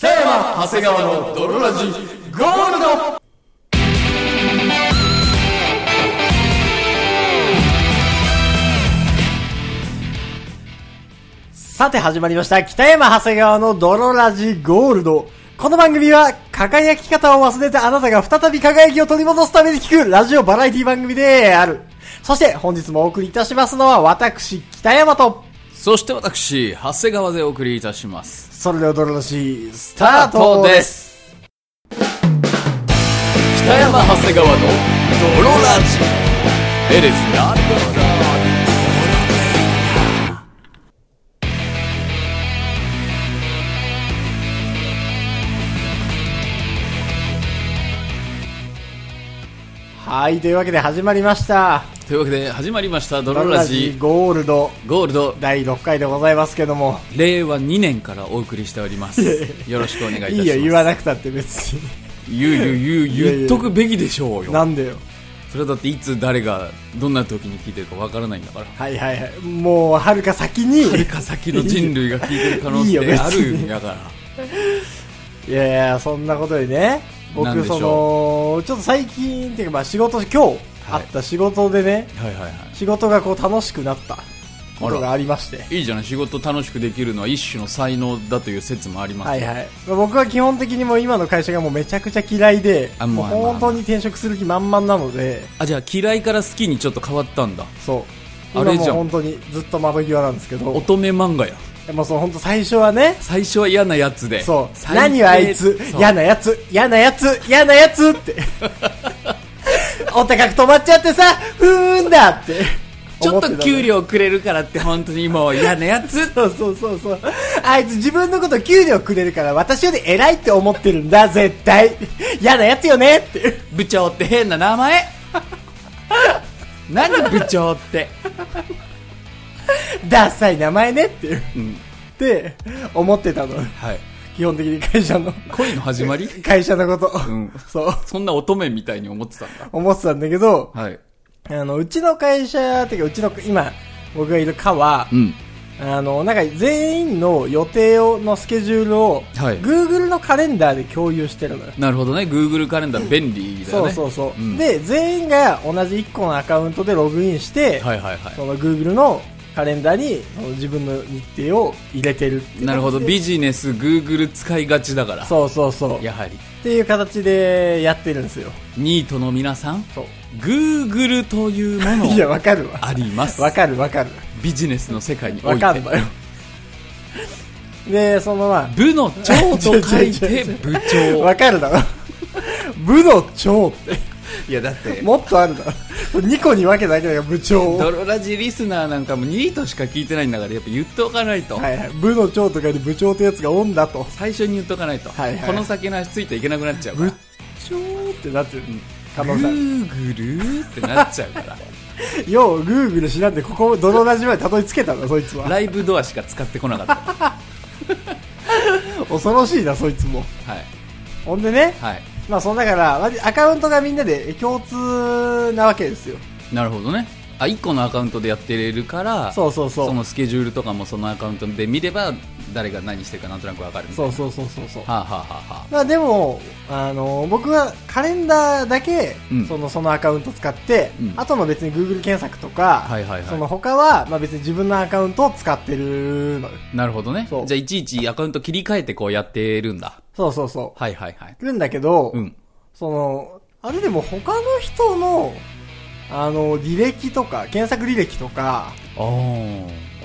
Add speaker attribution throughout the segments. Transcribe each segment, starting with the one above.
Speaker 1: 長谷川の泥ラジゴールド
Speaker 2: さて始まりました、北山長谷川の泥ラジゴールド。この番組は、輝き方を忘れたあなたが再び輝きを取り戻すために聞くラジオバラエティ番組である。そして本日もお送りいたしますのは、私、北山と、
Speaker 1: そして私、長谷川でお送りいたします。
Speaker 2: それでは泥ラジ、ス
Speaker 1: ス
Speaker 2: ター
Speaker 1: ター
Speaker 2: ト
Speaker 1: トで
Speaker 2: です。
Speaker 1: す北山長谷川の泥ラジ It is not g
Speaker 2: はい、というわけで始まりました。
Speaker 1: というわけで始まりました泥ラジ
Speaker 2: ゴールド
Speaker 1: ゴールド
Speaker 2: 第6回でございますけども。
Speaker 1: 令和2年からお送りしております。よろしくお願いいたし
Speaker 2: い
Speaker 1: ま
Speaker 2: い
Speaker 1: す。
Speaker 2: よ、言わなくたって別に。
Speaker 1: 言う言う言う言っとくべきでしょうよ。
Speaker 2: なんでよ。
Speaker 1: それだっていつ誰がどんな時に聞いてるかわからないんだから。
Speaker 2: はいはいはい。もう、はるか先に。
Speaker 1: はるか先の人類が聞いてる可能
Speaker 2: いい
Speaker 1: 性
Speaker 2: よ別に
Speaker 1: あるんやから。
Speaker 2: いやいや、そんなことでね、
Speaker 1: なんで
Speaker 2: 僕、
Speaker 1: しょう
Speaker 2: その、ちょっと最近っていうか、まあ仕事、今日、
Speaker 1: はい
Speaker 2: あった仕事でね、
Speaker 1: はいはいは
Speaker 2: 仕事がこう楽しくなったことがありまして、
Speaker 1: い。いいじゃない仕事楽しくできるのは一種の才能だという説もあります。
Speaker 2: はいはい。まあ僕は基本的にもう今の会社がもうめちゃくちゃ嫌いで、
Speaker 1: あ
Speaker 2: も
Speaker 1: も
Speaker 2: う
Speaker 1: う
Speaker 2: 本当に転職する気満々なので、
Speaker 1: あ、じゃあ嫌いから好きにちょっと変わったんだ。
Speaker 2: そう。
Speaker 1: あ
Speaker 2: 今
Speaker 1: れ
Speaker 2: もう
Speaker 1: じゃん
Speaker 2: 本当にずっと窓際なんですけど、
Speaker 1: 乙女漫画や。
Speaker 2: でもその本当最初はね、
Speaker 1: 最初は嫌なやつで。
Speaker 2: そう。
Speaker 1: 最低
Speaker 2: 何はあいつ
Speaker 1: そう
Speaker 2: 嫌なやつ嫌なやつ嫌なやつって お高く止まっちゃってさふーんだって
Speaker 1: ちょっ
Speaker 2: 思
Speaker 1: と
Speaker 2: てたの
Speaker 1: 給料くれるからって本当に今は嫌な やつ。
Speaker 2: そうそうそうそうあいつ自分のこと給料くれるから私より偉いって思ってるんだ絶対嫌なやつよねって
Speaker 1: 部長って変な名前何部長って、
Speaker 2: ダッサい名前ねっていうっ
Speaker 1: うん、
Speaker 2: て思ってたの
Speaker 1: はい
Speaker 2: 基本的に会社の
Speaker 1: 恋の始まり
Speaker 2: 会社のこと、
Speaker 1: ん
Speaker 2: そう
Speaker 1: そんな乙女みたいに思ってたんだ
Speaker 2: 思ってたんだけど
Speaker 1: はい
Speaker 2: あのうちの会社っていうかうちの今僕がいる課は、
Speaker 1: うん
Speaker 2: あの、なんか全員の予定を、のスケジュールを、
Speaker 1: はい
Speaker 2: Google のカレンダーで共有してるのよ。
Speaker 1: なるほどね Google カレンダー便利だ
Speaker 2: そ
Speaker 1: よ
Speaker 2: う
Speaker 1: ね
Speaker 2: そうそう、
Speaker 1: ん
Speaker 2: で、全員が同じ1個のアカウントでログインして、
Speaker 1: はいはいは
Speaker 2: その Google のカレンダーにその自分の日程を入れてるってい
Speaker 1: いうなるほど
Speaker 2: 形で
Speaker 1: ビジネス Google 使いがちだから
Speaker 2: そうそうそう。っ
Speaker 1: やはり
Speaker 2: ていう形でやってるんですよ。
Speaker 1: ニートの皆さん
Speaker 2: そう。
Speaker 1: Google というも
Speaker 2: いや、
Speaker 1: の
Speaker 2: わかるわ。
Speaker 1: あります
Speaker 2: わかるわかる。
Speaker 1: ビジネスの世界にお
Speaker 2: わ
Speaker 1: い
Speaker 2: か
Speaker 1: て
Speaker 2: んだよ。で、そのま
Speaker 1: 部の長と書い
Speaker 2: 違う違
Speaker 1: て
Speaker 2: う違う
Speaker 1: 部
Speaker 2: あ、
Speaker 1: 長
Speaker 2: わかるだろ。部の長って。
Speaker 1: いやだって
Speaker 2: もっとあるだろ。2個に分けただけだから、部長を。
Speaker 1: ドロラジリスナーなんかもニートしか聞いてないんだからやっぱ言っておかないと、
Speaker 2: はいはい。部の長とかに部長ってやつがおんだと。
Speaker 1: 最初に言っとかないと、
Speaker 2: はいはい
Speaker 1: この先の足ついていけなくなっちゃうか
Speaker 2: 部
Speaker 1: ら
Speaker 2: 長ってなってる。可
Speaker 1: グ
Speaker 2: 能性あ
Speaker 1: ーグルってなっちゃうから
Speaker 2: る。よう、グーグル知らんで、ここ、どのラジオまでたどり着けたんだ、そいつは。
Speaker 1: ライブドアしか使ってこなかったか
Speaker 2: 恐ろしいな、そいつも。
Speaker 1: らはい
Speaker 2: ほんでね、
Speaker 1: はい
Speaker 2: まあそんだから、割アカウントがみんなで共通なわけですよ。
Speaker 1: なるほどねあ1個のアカウントでやってるから
Speaker 2: そうそうそう。
Speaker 1: のスケジュールとかもそのアカウントで見れば誰が何してるかなんとなくわかるみたい
Speaker 2: そ
Speaker 1: な
Speaker 2: うそうそうそうそう。
Speaker 1: はあ、はあはあはあ、
Speaker 2: まあでも、あの僕はカレンダーだけ、
Speaker 1: うん
Speaker 2: そのそのアカウント使って、
Speaker 1: うん
Speaker 2: あとも別に Google 検索とか、
Speaker 1: はいはいはい
Speaker 2: その他は、まあ、別に自分のアカウントを使ってるのよ
Speaker 1: なるほどね
Speaker 2: そう
Speaker 1: じゃあいちいちアカウント切り替えてこうやってるんだ
Speaker 2: そうそうそ。
Speaker 1: はいはいはいう
Speaker 2: るんだけど、
Speaker 1: うん
Speaker 2: その、あれでも他の人の、あの、履歴とか、検索履歴とか、
Speaker 1: ああ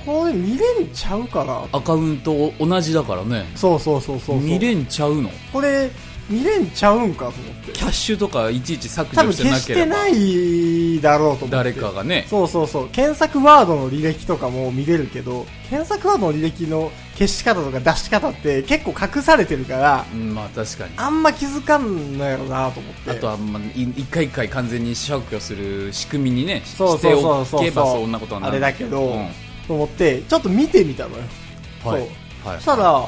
Speaker 2: これ見れんちゃうかな
Speaker 1: アカウント同じだからね
Speaker 2: そうそうそうそうそう。
Speaker 1: 見れんちゃうの
Speaker 2: これ、見れんちゃうんかと思って。
Speaker 1: キャッシュとかいちいち削
Speaker 2: 多
Speaker 1: 除
Speaker 2: 分
Speaker 1: して
Speaker 2: 消
Speaker 1: な
Speaker 2: し
Speaker 1: け
Speaker 2: て
Speaker 1: れば
Speaker 2: ないだろうと思って。
Speaker 1: 誰かがね
Speaker 2: そうそうそう。検索ワードの履歴とかも見れるけど、検索ワードの履歴の消し方とか出し方って結構隠されてるから、
Speaker 1: うんまあ確かに
Speaker 2: あんま気づかんのやろなと思って。
Speaker 1: あとは、まあ、い一回一回完全に消去する仕組みにねし
Speaker 2: そう
Speaker 1: して
Speaker 2: そうそう
Speaker 1: お
Speaker 2: そう
Speaker 1: けばそんなことはな
Speaker 2: あれ
Speaker 1: る
Speaker 2: だけど、
Speaker 1: うん
Speaker 2: と思って、ちょっと見てみたのよ。
Speaker 1: はい
Speaker 2: そう
Speaker 1: はい
Speaker 2: そしたら、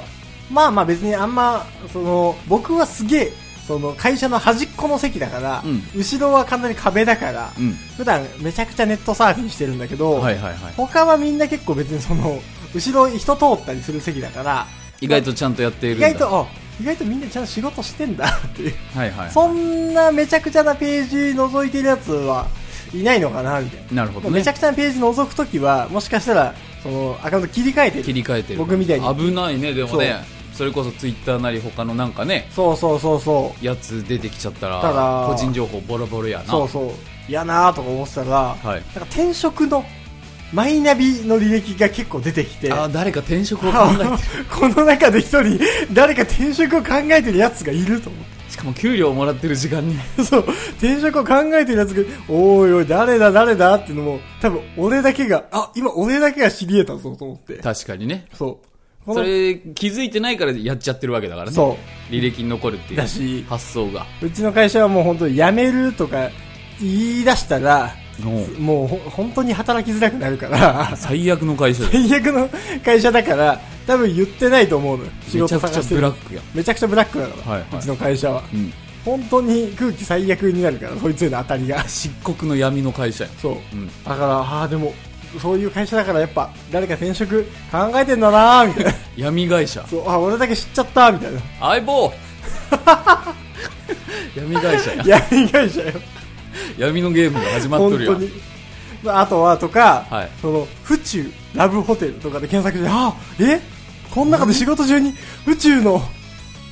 Speaker 2: まあまあ別にあんま、その、僕はすげえ、その会社の端っこの席だから、
Speaker 1: うん
Speaker 2: 後ろは完全に壁だから、
Speaker 1: うん
Speaker 2: 普段めちゃくちゃネットサーフィンしてるんだけど、
Speaker 1: はいはいはい
Speaker 2: 他はみんな結構別にその、後ろ人通ったりする席だから、
Speaker 1: 意外とちゃんとやっている
Speaker 2: 意
Speaker 1: んだ
Speaker 2: 外と、あ意外とみんなちゃんと仕事してんだ っていう。
Speaker 1: はいはい
Speaker 2: そんなめちゃくちゃなページ覗いてるやつはいないのかなみたいな。
Speaker 1: なるほどね
Speaker 2: めちゃくちゃなページ覗くときは、もしかしたら、その、アカウント切り替えてる。
Speaker 1: 切り替えてる
Speaker 2: 僕みたいに。
Speaker 1: 危ないねでもねそれこそツイッターなり他のなんかね
Speaker 2: そうそうそうそう。
Speaker 1: やつ出てきちゃったら
Speaker 2: ただ
Speaker 1: 個人情報ボロボロやな
Speaker 2: そうそう。嫌なーとか思ってたら、
Speaker 1: はい
Speaker 2: なんか転職の、マイナビの履歴が結構出てきて、
Speaker 1: あー誰か転職を考え てる
Speaker 2: この中で一人、誰か転職を考えてるやつがいると思っ
Speaker 1: しかも給料もらってる時間に
Speaker 2: て。 そう、転職を考えてるやつが、おいおい、誰だ誰だってのも、多分俺だけが、あ、今俺だけが知り得たぞと思って。
Speaker 1: 確かにね
Speaker 2: そう。この
Speaker 1: それ気づいてないからやっちゃってるわけだからね
Speaker 2: そ
Speaker 1: 履歴に残るってい
Speaker 2: だし
Speaker 1: う発想が
Speaker 2: う。うちの会社はもう本当に辞めるとか言い出したら、もうほ本当に働きづらくなるから、
Speaker 1: 最悪の会社だよ
Speaker 2: 最悪の会社だから、多分言ってないと思うのよ。仕
Speaker 1: めち
Speaker 2: 事
Speaker 1: ゃくち
Speaker 2: 探
Speaker 1: ゃ
Speaker 2: してる。
Speaker 1: ブラックや
Speaker 2: めちゃくちゃブラックだから、
Speaker 1: はいはいう
Speaker 2: ちの会社は。
Speaker 1: うん
Speaker 2: 本当に空気最悪になるから、そいつへの当たりが。
Speaker 1: 漆黒の闇の会社や
Speaker 2: そう。
Speaker 1: うん
Speaker 2: だから、ああ、でも、そういう会社だからやっぱ、誰か転職考えてんだなーみたい な。
Speaker 1: 闇会社
Speaker 2: そう、あ、俺だけ知っちゃったーみたい な。
Speaker 1: 相棒闇会社や
Speaker 2: 闇会社よ。
Speaker 1: 闇のゲームが始まっ
Speaker 2: 本
Speaker 1: とるや
Speaker 2: 当
Speaker 1: ん
Speaker 2: に。まああとは、とか、
Speaker 1: はい
Speaker 2: その、府中ラブホテルとかで検索して、あ、えこの中で仕事中に、府中の、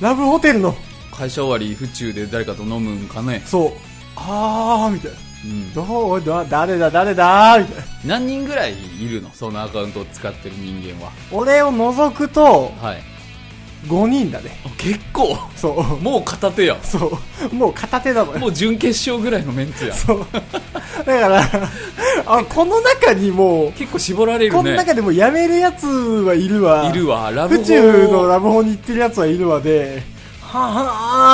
Speaker 2: ラブホテルの、
Speaker 1: 会社終わり府中で誰かと飲むんかね、
Speaker 2: そう、あー、みたいな。
Speaker 1: うん、
Speaker 2: どう、だ、誰だ、誰だ、みたいな。
Speaker 1: 何人ぐらいいるのそのアカウントを使ってる人間は
Speaker 2: 俺を除くと、
Speaker 1: はい
Speaker 2: 5人だね。
Speaker 1: 結構
Speaker 2: そう。
Speaker 1: もう片手や
Speaker 2: そう。 もう片手だもん。
Speaker 1: もう準決勝ぐらいのメンツや
Speaker 2: そう。だから、あ、この中にもう、
Speaker 1: 結構絞られ
Speaker 2: こ
Speaker 1: る
Speaker 2: の
Speaker 1: ね
Speaker 2: 中でもやめるやつはいるわ。
Speaker 1: いるわラブ
Speaker 2: 宇
Speaker 1: ホ
Speaker 2: 宙のラブホに行ってるやつはいるわで、はぁ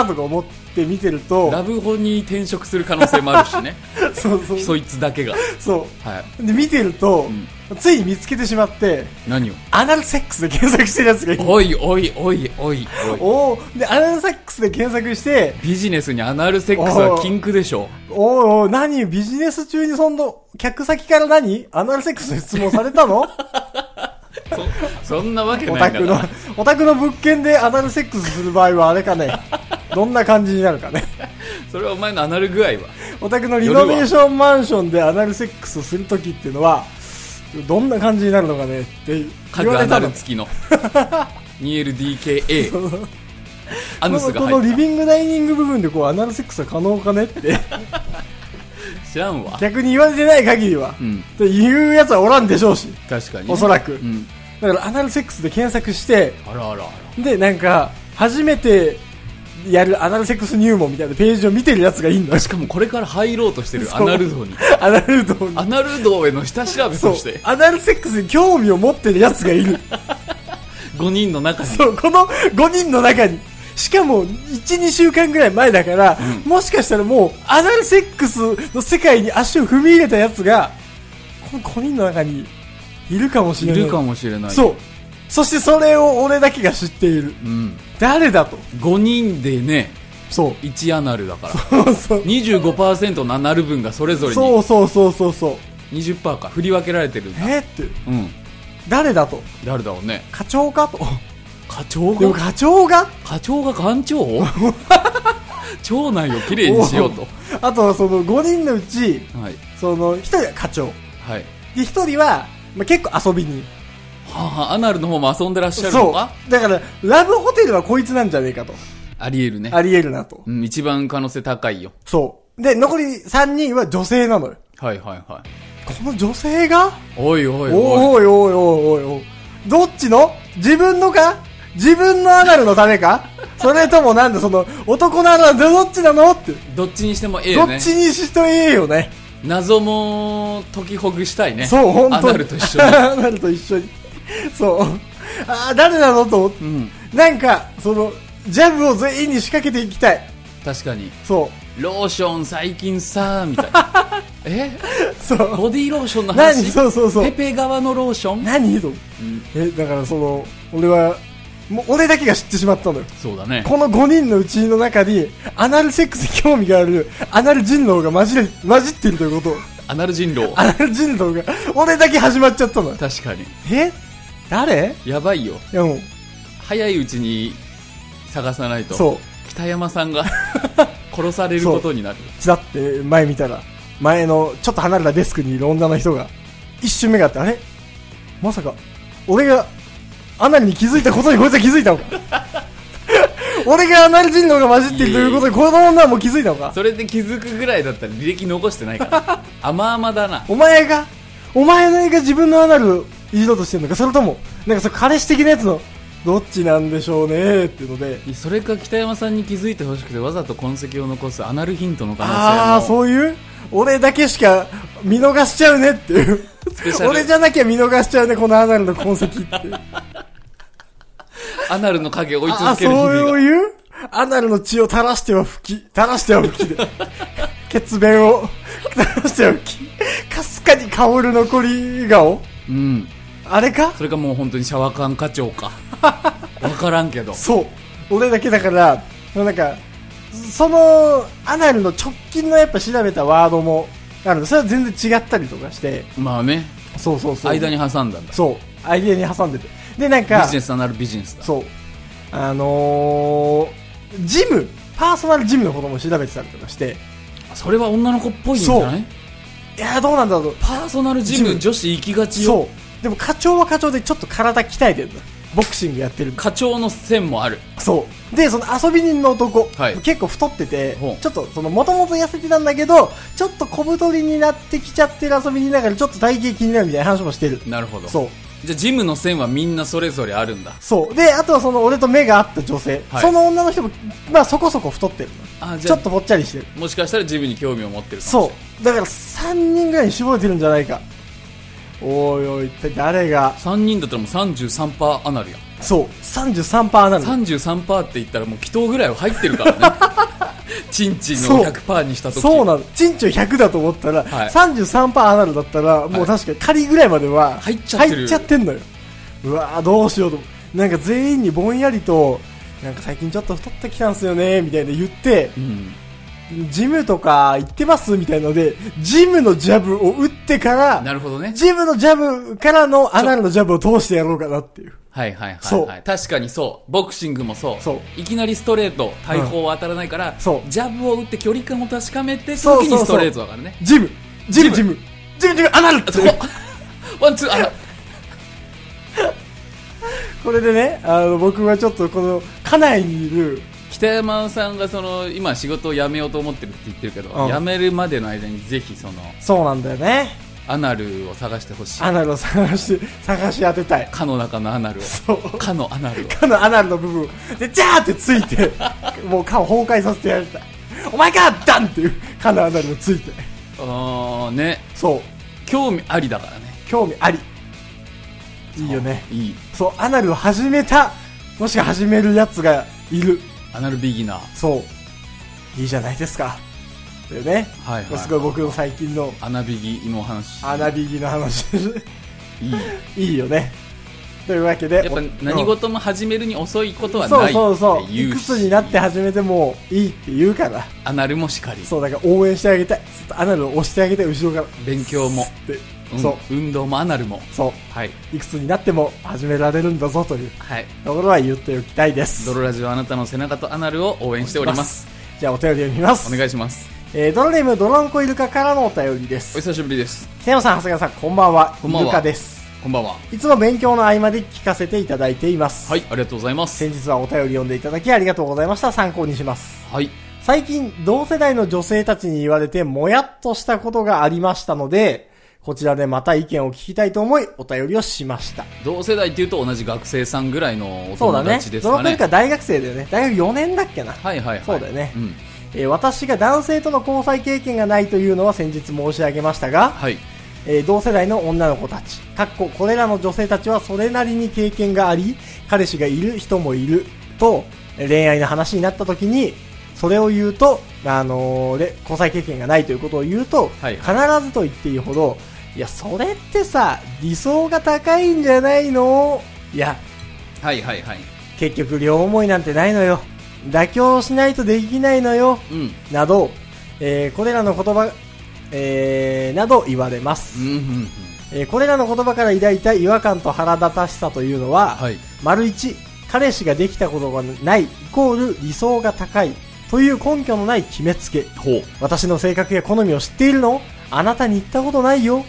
Speaker 2: はぁとか思って見てると、
Speaker 1: ラブホに転職する可能性もあるしね
Speaker 2: そうそう。
Speaker 1: そいつだけが
Speaker 2: そ。
Speaker 1: はいう
Speaker 2: で、見てると、
Speaker 1: う
Speaker 2: ついに見つけてしまって、
Speaker 1: 何を
Speaker 2: アナルセックスで検索してるやつがいる。
Speaker 1: おいおいおいおいおい
Speaker 2: おーで、アナルセックスで検索して、
Speaker 1: ビジネスにアナルセックスは禁句でしょ
Speaker 2: おいおい、何ビジネス中にそんな、客先から何アナルセックスの質問されたの
Speaker 1: そ そんなわけ
Speaker 2: オ
Speaker 1: ない
Speaker 2: タク
Speaker 1: んだか
Speaker 2: の
Speaker 1: ら、
Speaker 2: オタクの物件でアナルセックスする場合はあれか ね。どんな感じになるかね。
Speaker 1: それはお前のアナル具合は
Speaker 2: お宅のリノベーションマンションでアナルセックスをするときっていうのは、どんな感じになるのかねって言
Speaker 1: 各
Speaker 2: わ
Speaker 1: ア
Speaker 2: れた
Speaker 1: ナ
Speaker 2: の
Speaker 1: ル。付きの 2LDKA ア
Speaker 2: こ
Speaker 1: ヌ
Speaker 2: の
Speaker 1: スが
Speaker 2: この
Speaker 1: 入
Speaker 2: リ
Speaker 1: っ
Speaker 2: ビングダイニング部分でこうアナルセックスは可能かねって、
Speaker 1: た知らんわ
Speaker 2: 逆に言われてない限りは、
Speaker 1: う
Speaker 2: っ
Speaker 1: ん
Speaker 2: ていうやつはおらんでしょうし。
Speaker 1: 確かにね
Speaker 2: おそらく
Speaker 1: うん
Speaker 2: だからアナルセックスで検索して、
Speaker 1: あらあらあら
Speaker 2: で、なんか、初めてやるアナルセックス入門みたいなページを見てるやつがいんの。
Speaker 1: しかもこれから入ろうとしてる ア
Speaker 2: そう
Speaker 1: ナル道に
Speaker 2: アナル道に。
Speaker 1: アナル道への下調べ
Speaker 2: そ
Speaker 1: と
Speaker 2: う
Speaker 1: して。
Speaker 2: アナルセックスに興味を持ってるやつがいる。
Speaker 1: 5人の中に
Speaker 2: そう、この5人の中に。しかも、1、2週間ぐらい前だから、もしかしたらもう、アナルセックスの世界に足を踏み入れたやつが、この5人の中に、いるかもし
Speaker 1: い
Speaker 2: れない。
Speaker 1: るかもしれない
Speaker 2: そう。そしてそれを俺だけが知っている。
Speaker 1: うん、
Speaker 2: 誰だと。
Speaker 1: 5人でね
Speaker 2: そう。
Speaker 1: 1アナルだから
Speaker 2: そうそう。
Speaker 1: 25%のアナル分がそれぞれ
Speaker 2: そ
Speaker 1: に
Speaker 2: うそうそうそうそう。
Speaker 1: 20%か振り分けられてるんだ
Speaker 2: えーって、
Speaker 1: うん
Speaker 2: 誰だと。
Speaker 1: 誰だろうね
Speaker 2: 課長 かと。
Speaker 1: 課長
Speaker 2: でも
Speaker 1: が
Speaker 2: 課長が
Speaker 1: 課長が 官長町内をきれいにしようと
Speaker 2: あとはその5人のうち、
Speaker 1: はい
Speaker 2: その、1人は課長。
Speaker 1: はい
Speaker 2: で、1人は、まあ、結構遊びに。
Speaker 1: はあはあアナルの方も遊んでらっしゃる
Speaker 2: そ
Speaker 1: のか
Speaker 2: う。だから、ラブホテルはこいつなんじゃねえかと。
Speaker 1: ありえるね
Speaker 2: あり得るなと。
Speaker 1: うん一番可能性高いよ
Speaker 2: そう。で、残り3人は女性なのよ。
Speaker 1: はいはいはい
Speaker 2: この女性が
Speaker 1: おいおい
Speaker 2: お
Speaker 1: おい
Speaker 2: いおいおいおいおい。どっちの自分のか自分のアナルのためかそれともなんだその、男のアナルどっちなのって。
Speaker 1: どっちにしてもええ
Speaker 2: ど
Speaker 1: よ
Speaker 2: っ
Speaker 1: ね
Speaker 2: ちにしとええよね。
Speaker 1: 謎も解きほぐしたいね
Speaker 2: そう、本当
Speaker 1: アナルと一緒に
Speaker 2: アナルと一緒に。そう。ああ、誰なのと思って。
Speaker 1: うん
Speaker 2: なんか、その、ジャブを全員に仕掛けていきたい。
Speaker 1: 確かに
Speaker 2: そ
Speaker 1: ローション最近さみた いなえ
Speaker 2: う。そう。
Speaker 1: ボディーローションの
Speaker 2: 何
Speaker 1: 話
Speaker 2: そうそうそ
Speaker 1: ペ
Speaker 2: う。
Speaker 1: ペ側のローション
Speaker 2: 何と、え、だからその、俺は、もう俺だけが知ってしまったのよ。
Speaker 1: そうだね
Speaker 2: この5人のうちの中に、アナルセックスに興味がある、アナル人狼が混じれ、混じってるということ。
Speaker 1: アナル人狼
Speaker 2: アナル人狼が、俺だけ始まっちゃったのよ。
Speaker 1: 確かに
Speaker 2: え誰
Speaker 1: やばいよ
Speaker 2: いやもう、
Speaker 1: 早いうちに探さないと
Speaker 2: そう
Speaker 1: 北山さ んが殺されることになる
Speaker 2: ちらって前見たら、前のちょっと離れたデスクにいる女の人が、一瞬目があって、あれまさか、俺が、アナルに気づいたことにこいつは気づいたのか 俺がアナル人狼が混じっているということにこの女はもう気づいたのか
Speaker 1: それで気づくぐらいだったら履歴残してないから 甘々だな
Speaker 2: お前が、お前が自分のアナルをいじろうとしてるのか、それとも、なんかそれ彼氏的なやつの、どっちなんでしょうねっていうので、
Speaker 1: それか北山さんに気づいてほしくてわざと痕跡を残すアナルヒントの可能性も
Speaker 2: ああ、そういう俺だけしか見逃しちゃうねっていう
Speaker 1: ペシャ。ル
Speaker 2: 俺じゃなきゃ見逃しちゃうね、このアナルの痕跡って いう。
Speaker 1: アナルの影を追い
Speaker 2: ああ、
Speaker 1: 続
Speaker 2: そ
Speaker 1: ける日々
Speaker 2: う
Speaker 1: が
Speaker 2: いうアナルの血を垂らしては吹き、垂らしては吹きで。血便を 垂らしては吹き。かすかに香る残り顔
Speaker 1: うん
Speaker 2: あれか
Speaker 1: それかもう本当にシャワカン課長 かわからんけど
Speaker 2: そう。俺だけだから、なんか、その、アナルの直近のやっぱ調べたワードも、あるのそれは全然違ったりとかして、
Speaker 1: まあね
Speaker 2: そうそうそう。
Speaker 1: 間に挟んだんだ
Speaker 2: そう。間に挟んでて。で、なんか、
Speaker 1: ビジネスアナルビジネスだ
Speaker 2: そう。あのー、ジム、パーソナルジムのことも調べてたりとかして、
Speaker 1: それは女の子っぽいんじゃない
Speaker 2: いやーどうなんだろう。
Speaker 1: パーソナルジム
Speaker 2: ジム
Speaker 1: 女子行きがちよ
Speaker 2: そう。でも課長は課長でちょっと体鍛えてるの。ボクシングやってる。
Speaker 1: 課長の線もある
Speaker 2: そう。で、その遊び人の男、
Speaker 1: はい
Speaker 2: 結構太ってて
Speaker 1: ほう、
Speaker 2: ちょっとその元々痩せてたんだけど、ちょっと小太りになってきちゃってる遊び人だからちょっと体型気になるみたいな話もしてる。
Speaker 1: なるほど
Speaker 2: そう。
Speaker 1: じゃあジムの線はみんなそれぞれあるんだ
Speaker 2: そう。で、あとはその俺と目が合った女性。
Speaker 1: はい
Speaker 2: その女の人も、まあそこそこ太ってるの。
Speaker 1: あじ
Speaker 2: ち
Speaker 1: ゃ
Speaker 2: ょ
Speaker 1: あ
Speaker 2: っとぽっちゃりしてる。
Speaker 1: もしかしたらジムに興味を持ってるかもしれない
Speaker 2: そう。だから3人ぐらいに絞れてるんじゃないか。おいおい、一体誰が。
Speaker 1: 3人だったらもう33%アナルやん
Speaker 2: そう。33%なの。
Speaker 1: 33%って言ったらもう祈祷ぐらいは入ってるからね チンチン
Speaker 2: そ
Speaker 1: の
Speaker 2: う
Speaker 1: 100%にした時
Speaker 2: そうなの。チンチョ100だと思ったら、
Speaker 1: はい
Speaker 2: 33%アナルだったら、もう確かに仮ぐらいまでは
Speaker 1: 入っちゃってる
Speaker 2: 入っちゃってんのよ。うわぁ、どうしようと思う。なんか全員にぼんやりと、なんか最近ちょっと太ってきたんすよね、みたいな言って、
Speaker 1: うん
Speaker 2: ジムとか行ってますみたいので、ジムのジャブを打ってから、
Speaker 1: なるほどね
Speaker 2: ジムのジャブからのアナルのジャブを通してやろうかなっていう。
Speaker 1: はいはいはい、はい、
Speaker 2: そう
Speaker 1: 確かにそうボクシングもそう
Speaker 2: そう
Speaker 1: いきなりストレート大砲は当たらないから、
Speaker 2: そう
Speaker 1: ジャブを打って距離感を確かめて
Speaker 2: そうそう
Speaker 1: 時
Speaker 2: そう
Speaker 1: にストレートだからね
Speaker 2: ジム、ジム、ジ
Speaker 1: ジ
Speaker 2: ム、ジム、ジム、アナルっていう
Speaker 1: おワンツーあら
Speaker 2: これでね、あの、僕はちょっとこの、家内にいる、
Speaker 1: 北山さんがその今仕事を辞めようと思ってるって言ってるけど、
Speaker 2: うん
Speaker 1: 辞めるまでの間にぜひその
Speaker 2: そうなんだよね。
Speaker 1: アナルを探してほしい
Speaker 2: アナルを探し、探し当てたい。
Speaker 1: かの中のアナルを
Speaker 2: そう。
Speaker 1: かのアナルを
Speaker 2: かのアナルの部分、で、ジャーってついて、もうかを崩壊させてやりたい。お前かダンっていう、かのアナルをついて。
Speaker 1: あーね
Speaker 2: そう。
Speaker 1: 興味ありだからね
Speaker 2: 興味あり。いいよね。
Speaker 1: いい
Speaker 2: そう、アナルを始めた、もしくは始めるやつがいる。
Speaker 1: アナルビギナー
Speaker 2: そう。いいじゃないですか。だよね。
Speaker 1: はいはい
Speaker 2: すごい僕の最近の
Speaker 1: アナビギのお話
Speaker 2: アナビギの話
Speaker 1: いい
Speaker 2: いいよね。というわけで。
Speaker 1: やっぱ
Speaker 2: お
Speaker 1: 何事も始めるに遅いこと
Speaker 2: うん
Speaker 1: は
Speaker 2: そ
Speaker 1: な
Speaker 2: う
Speaker 1: い
Speaker 2: そうそう。
Speaker 1: って
Speaker 2: い
Speaker 1: 言う
Speaker 2: く
Speaker 1: し
Speaker 2: つになって始めてもいいって言うから。
Speaker 1: アナルもしかり
Speaker 2: そう、だから応援してあげたい。ちょっとアナルを押してあげたい、後ろから。
Speaker 1: 勉強も
Speaker 2: で
Speaker 1: うん
Speaker 2: そう、
Speaker 1: 運動もアナルも
Speaker 2: そ
Speaker 1: はい、
Speaker 2: う。いくつになっても始められるんだぞという
Speaker 1: はい、
Speaker 2: ところは言っておきたいです。
Speaker 1: ドロラジはあなたの背中とアナルを応援しております。
Speaker 2: じゃあお便りを見ます。
Speaker 1: お願いします
Speaker 2: えー、ドロネームドロンコイルカからのお便りで
Speaker 1: お
Speaker 2: す。
Speaker 1: 久しぶりです
Speaker 2: 北山さん、長谷川さん、こんばんは。
Speaker 1: こんばんは
Speaker 2: イルカです。
Speaker 1: こんばんはい
Speaker 2: つも勉強の合間で聞かせていただいています。
Speaker 1: はいありがとうございます
Speaker 2: 先日はお便り読んでいただきありがとうございました。参考にします。
Speaker 1: はい
Speaker 2: 最近、同世代の女性たちに言われて、もやっとしたことがありましたので、こちらでまた意見を聞きたいと思い、お便りをしました。
Speaker 1: 同世代っていうと同じ学生さんぐらいのお
Speaker 2: そうだ
Speaker 1: 友
Speaker 2: ね
Speaker 1: 達。です
Speaker 2: ドロ
Speaker 1: か
Speaker 2: ンコイ
Speaker 1: ね
Speaker 2: ルカ大学生だよね。大学4年だっけな。
Speaker 1: はいはいはい
Speaker 2: そうだよね
Speaker 1: ん、
Speaker 2: えー私が男性との交際経験がないというのは先日申し上げましたが、
Speaker 1: はい
Speaker 2: えー同世代の女の子たち、かっここれらの女性たちはそれなりに経験があり、彼氏がいる人もいると、えー恋愛の話になった時に、それを言うと、あのーで、交際経験がないということを言うと、
Speaker 1: はい
Speaker 2: 必ずと言っていいほど、いや、それってさ、理想が高いんじゃないのいや、
Speaker 1: はいはいはい
Speaker 2: 結局両思いなんてないのよ。妥協しないとできないのよ。
Speaker 1: うん
Speaker 2: など、えーこれらの言葉、えーなど言われます。
Speaker 1: うんうんうん
Speaker 2: えーこれらの言葉から抱いた違和感と腹立たしさというのは、
Speaker 1: はい
Speaker 2: 丸1、彼氏ができたことがない、イコール理想が高い、という根拠のない決めつけ。
Speaker 1: ほう。
Speaker 2: 私の性格や好みを知っているのあなたに言ったことないよ。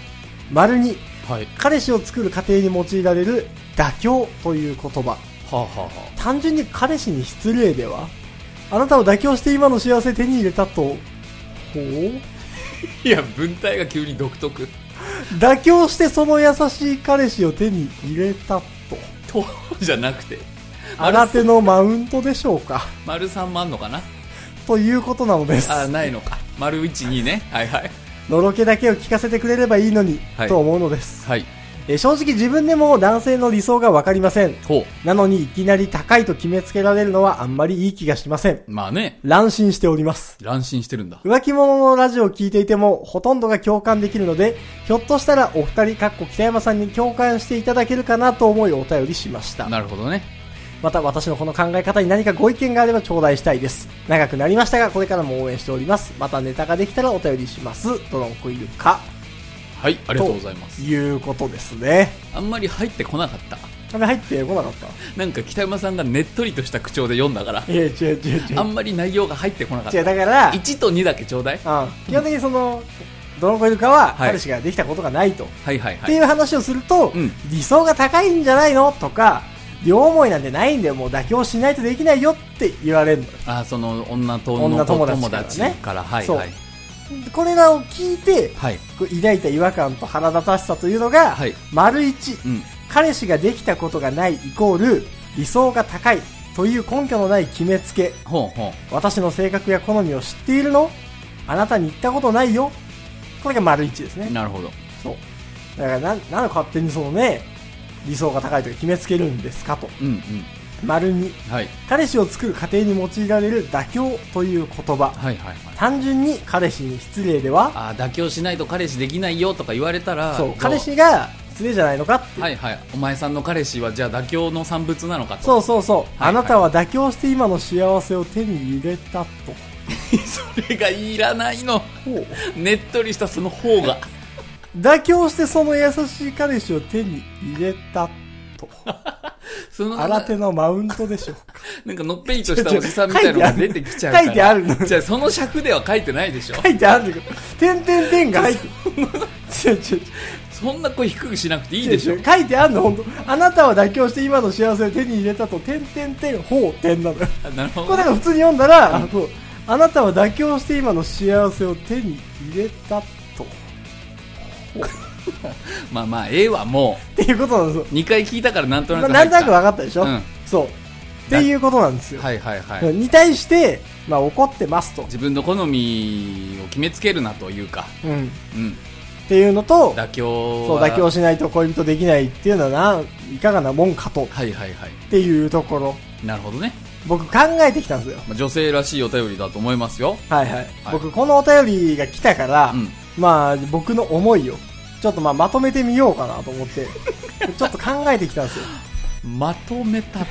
Speaker 2: 丸に、
Speaker 1: はい。
Speaker 2: 彼氏を作る過程に用いられる妥協という言葉。
Speaker 1: はあ、はあは
Speaker 2: 単純に彼氏に失礼ではあなたを妥協して今の幸せ手に入れたと、ほう
Speaker 1: あ、いや、文体が急に独特。
Speaker 2: 妥協してその優しい彼氏を手に入れたと。
Speaker 1: と、じゃなくて。
Speaker 2: 新手のマウントでしょうか
Speaker 1: 丸3もあんのかな
Speaker 2: ということなのです。
Speaker 1: あ、ないのか。丸1、2ね。はいはい。
Speaker 2: のろけだけを聞かせてくれればいいのに、
Speaker 1: はい
Speaker 2: と思うのです、
Speaker 1: はい。
Speaker 2: えー正直自分でも男性の理想がわかりません。
Speaker 1: ほ
Speaker 2: なのにいきなり高いと決めつけられるのはあんまりいい気がしません。
Speaker 1: う。まあね、
Speaker 2: 乱心しております。
Speaker 1: 乱心してるんだ。
Speaker 2: 浮気者のラジオを聞いていても、ほとんどが共感できるので、ひょっとしたらお二人、かっこ北山さんに共感していただけるかなと思いお便りしました。
Speaker 1: なるほどね。
Speaker 2: また私のこの考え方に何かご意見があれば頂戴したいです。長くなりましたが、これからも応援しております。またネタができたらお便りします。ドロンコイルカ。
Speaker 1: はい、ありがとうございます。
Speaker 2: いうことですね。
Speaker 1: あんまり入ってこなかった。
Speaker 2: あれ入ってこなかった
Speaker 1: なんか北山さんがねっとりとした口調で読んだから、
Speaker 2: いや、違う違う違
Speaker 1: あ
Speaker 2: う。
Speaker 1: んまり内容が入ってこなかっ
Speaker 2: 違
Speaker 1: た。
Speaker 2: う、だから、
Speaker 1: 1と2だけちょうだい。
Speaker 2: うん基本的にその、ドロンコイルカは、
Speaker 1: はい
Speaker 2: 彼氏ができたことがないと。
Speaker 1: はいはい
Speaker 2: っ
Speaker 1: は
Speaker 2: てい
Speaker 1: い。
Speaker 2: う話をすると、
Speaker 1: うん
Speaker 2: 理想が高いんじゃないのとか、両思いなんてないんだよ、もう妥協しないとできないよって言われるのよ。
Speaker 1: あ、その女と
Speaker 2: 女
Speaker 1: の
Speaker 2: 友
Speaker 1: 友
Speaker 2: 達
Speaker 1: 達
Speaker 2: からね
Speaker 1: から、はいはい。
Speaker 2: これらを聞いて、
Speaker 1: はい。
Speaker 2: こう抱いた違和感と腹立たしさというのが、
Speaker 1: はい
Speaker 2: 丸一、
Speaker 1: うん。
Speaker 2: 彼氏ができたことがないイコール、理想が高いという根拠のない決めつけ、
Speaker 1: ほうほう。
Speaker 2: 私の性格や好みを知っているのあなたに言ったことないよこれが丸一ですね。
Speaker 1: なるほど。
Speaker 2: そう。だからなん、なんで勝手にそのね、理想が高いとか決めつけるんですかと。
Speaker 1: うんうん。
Speaker 2: 丸二、
Speaker 1: はい。
Speaker 2: 彼氏を作る過程に用いられる妥協という言葉。
Speaker 1: はいはいはい。
Speaker 2: 単純に彼氏に失礼では、
Speaker 1: あ、妥協しないと彼氏できないよとか言われたら、
Speaker 2: そう
Speaker 1: ど、
Speaker 2: 彼氏が失礼じゃないのかって。
Speaker 1: はいはい。お前さんの彼氏はじゃあ妥協の産物なのかと。
Speaker 2: そうそうそう。
Speaker 1: はい
Speaker 2: あなたは妥協して今の幸せを手に入れたと。
Speaker 1: それがいらないの。ねっとりしたその方が。
Speaker 2: 妥協してその優しい彼氏を手に入れたと。
Speaker 1: その、
Speaker 2: 新手のマウントでしょうか。
Speaker 1: なんかのっぺりとしたおじさんみたいなのが出てきちゃうから。
Speaker 2: 書いてあるの
Speaker 1: じゃあその尺では書いてないでしょ。
Speaker 2: 書いてあるけど、点点点が入って る。違う違う違う。
Speaker 1: そんな声低くしなくていいでしょ。
Speaker 2: 書いてあんの本当あなたは妥協して今の幸せを手に入れたと、点点点、ほう、点なのよ。
Speaker 1: あなるほ
Speaker 2: これ
Speaker 1: ど
Speaker 2: だ。から普通に読んだら、あそうあなたは妥協して今の幸せを手に入れたと。
Speaker 1: まあまあ、ええわ、も
Speaker 2: っていうことなんですよ
Speaker 1: う。2回聞いたからなんとな
Speaker 2: まあ。
Speaker 1: く
Speaker 2: な
Speaker 1: 入
Speaker 2: んと
Speaker 1: った。
Speaker 2: なく分かったでしょ、
Speaker 1: うん
Speaker 2: そう。っていうことなんですよ。
Speaker 1: はいはいはい。
Speaker 2: に対して、まあ怒ってますと。
Speaker 1: 自分の好みを決めつけるなというか、
Speaker 2: うん。っ
Speaker 1: うん。
Speaker 2: ていうのと、
Speaker 1: 妥協
Speaker 2: そう、
Speaker 1: は
Speaker 2: 妥協しないと恋人できないっていうのはな、いかがなもんかと。
Speaker 1: はいはいはい。
Speaker 2: っていうところ。
Speaker 1: なるほどね。
Speaker 2: 僕考えてきたんですよ。
Speaker 1: まあ女性らしいお便りだと思いますよ。
Speaker 2: はいはい。
Speaker 1: はい
Speaker 2: 僕、このお便りが来たから、
Speaker 1: うん
Speaker 2: まあ、僕の思いを、ちょっとまあ、まとめてみようかなと思 って、ちょっと考えてきたんですよ。
Speaker 1: まとめたと。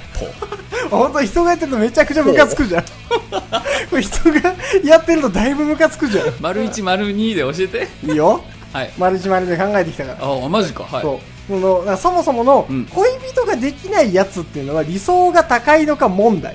Speaker 2: 本当人がやってるとめちゃくちゃムカつくじ ゃん。これ人がやってるとだいぶムカつくじゃん。
Speaker 1: 丸一丸二で教えて。
Speaker 2: いいよ。
Speaker 1: はい。
Speaker 2: 丸一丸で考えてきたから。
Speaker 1: あ、マジか。はい。
Speaker 2: そう。そのだからそもそもの
Speaker 1: うん、
Speaker 2: 恋人ができないやつっていうのは理想が高いのか問題。
Speaker 1: っ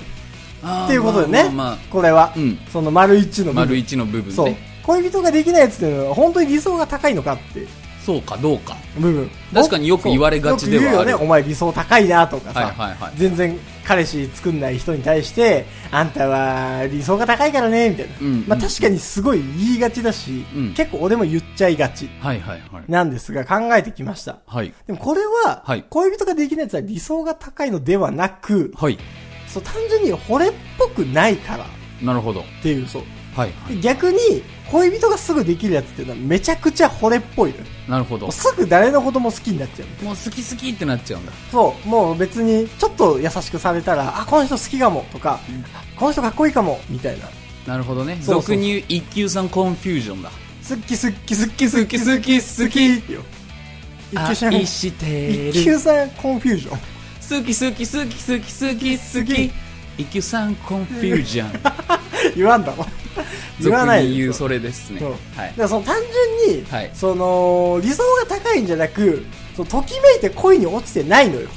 Speaker 2: っていうことでね。
Speaker 1: まあまあま
Speaker 2: これは、
Speaker 1: うん
Speaker 2: その丸一の
Speaker 1: あ、
Speaker 2: 部分
Speaker 1: 丸一の部分
Speaker 2: そう
Speaker 1: ね。。
Speaker 2: 恋人ができないやつっていうのは本当に理想が高いのかって。
Speaker 1: そうかどうか。
Speaker 2: 部分
Speaker 1: 確かによく言われがちではある
Speaker 2: そうよく言うよねお前理想高いなとかさ、
Speaker 1: はいはいはい
Speaker 2: 全然彼氏作んない人に対してあんたは理想が高いからねみたいな、
Speaker 1: うん
Speaker 2: まあ、確かにすごい言いがちだし、
Speaker 1: うん
Speaker 2: 結構俺も言っちゃいがち
Speaker 1: はいはいはい。
Speaker 2: なんですが考えてきました
Speaker 1: はい。
Speaker 2: でもこれは、
Speaker 1: はい
Speaker 2: 恋人ができないやつは理想が高いのではなく
Speaker 1: はい。
Speaker 2: そう単純に惚れっぽくないからっ
Speaker 1: なるほど。
Speaker 2: ていうそう
Speaker 1: はいは
Speaker 2: で逆に恋人がすぐできるやつっていうのはめちゃくちゃ惚れっぽいのよ
Speaker 1: い。なるほど
Speaker 2: もう。すぐ誰のことも好きになっちゃう
Speaker 1: もう好き好きってなっちゃうんだ。
Speaker 2: そう、もう別に、ちょっと優しくされたら、あ、この人好きかも、とか、この人かっこいいかも、みたいな。
Speaker 1: なるほどね。
Speaker 2: そうそう
Speaker 1: 俗に言う一級さんコンフュージョンだ。
Speaker 2: すっきすっきすっきすっき
Speaker 1: 好き好き。
Speaker 2: よ。一級さん、
Speaker 1: 愛して
Speaker 2: 一
Speaker 1: る。
Speaker 2: 級さんコンフュージョン。
Speaker 1: 好き好き好き好き好き好
Speaker 2: 好き
Speaker 1: き。一級さんコンフュージョン。
Speaker 2: 言わんだろ。言わ
Speaker 1: 俗
Speaker 2: ない
Speaker 1: に言う
Speaker 2: そう
Speaker 1: それですね。
Speaker 2: そう
Speaker 1: はい
Speaker 2: だ。からその単純に、
Speaker 1: はい
Speaker 2: その、理想が高いんじゃなく、そのときめいて恋に落ちてないのよ。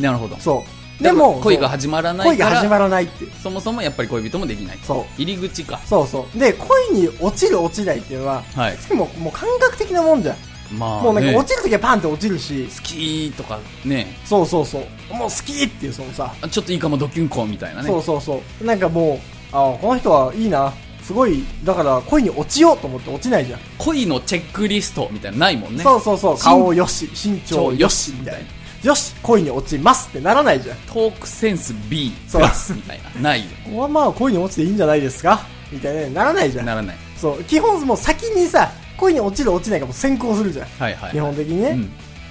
Speaker 1: なるほど。
Speaker 2: そう。で
Speaker 1: だか
Speaker 2: も
Speaker 1: ら恋が始まらな
Speaker 2: 恋
Speaker 1: いか
Speaker 2: が始
Speaker 1: ら
Speaker 2: まらないっていう
Speaker 1: そもそもやっぱり恋人もできない
Speaker 2: そう
Speaker 1: 入り口か
Speaker 2: そうそうで恋に落ちる落ちないっていうのは、
Speaker 1: はい
Speaker 2: しかももう感覚的なもんじゃん、
Speaker 1: まあ、ね、
Speaker 2: もうなんか落ちるときはパンって落ちるし
Speaker 1: 好きとかね
Speaker 2: そうそうそうもう好きっていうそのさ、
Speaker 1: あちょっといいかもドキュンコみたいなね
Speaker 2: そうそうそうなんかもうああこの人はいいなすごいだから恋に落ちようと思って落ちないじゃん、
Speaker 1: 恋のチェックリストみたいなのないもんね
Speaker 2: そうそうそう
Speaker 1: 身
Speaker 2: 顔よし身長
Speaker 1: 超
Speaker 2: よ
Speaker 1: よ
Speaker 2: し
Speaker 1: し
Speaker 2: み
Speaker 1: み
Speaker 2: たい
Speaker 1: た
Speaker 2: ない
Speaker 1: な
Speaker 2: よし恋に落ちますってならないじゃん
Speaker 1: トークセンス B
Speaker 2: そ
Speaker 1: プ
Speaker 2: う
Speaker 1: ラスみたい なないよ
Speaker 2: ここはまあ恋に落ちていいんじゃないですかみたいなねならないじゃん
Speaker 1: ならない
Speaker 2: そう基本もう先にさ恋に落ちる落ちないがもう先行するじゃん
Speaker 1: はいはい
Speaker 2: 基本的にね、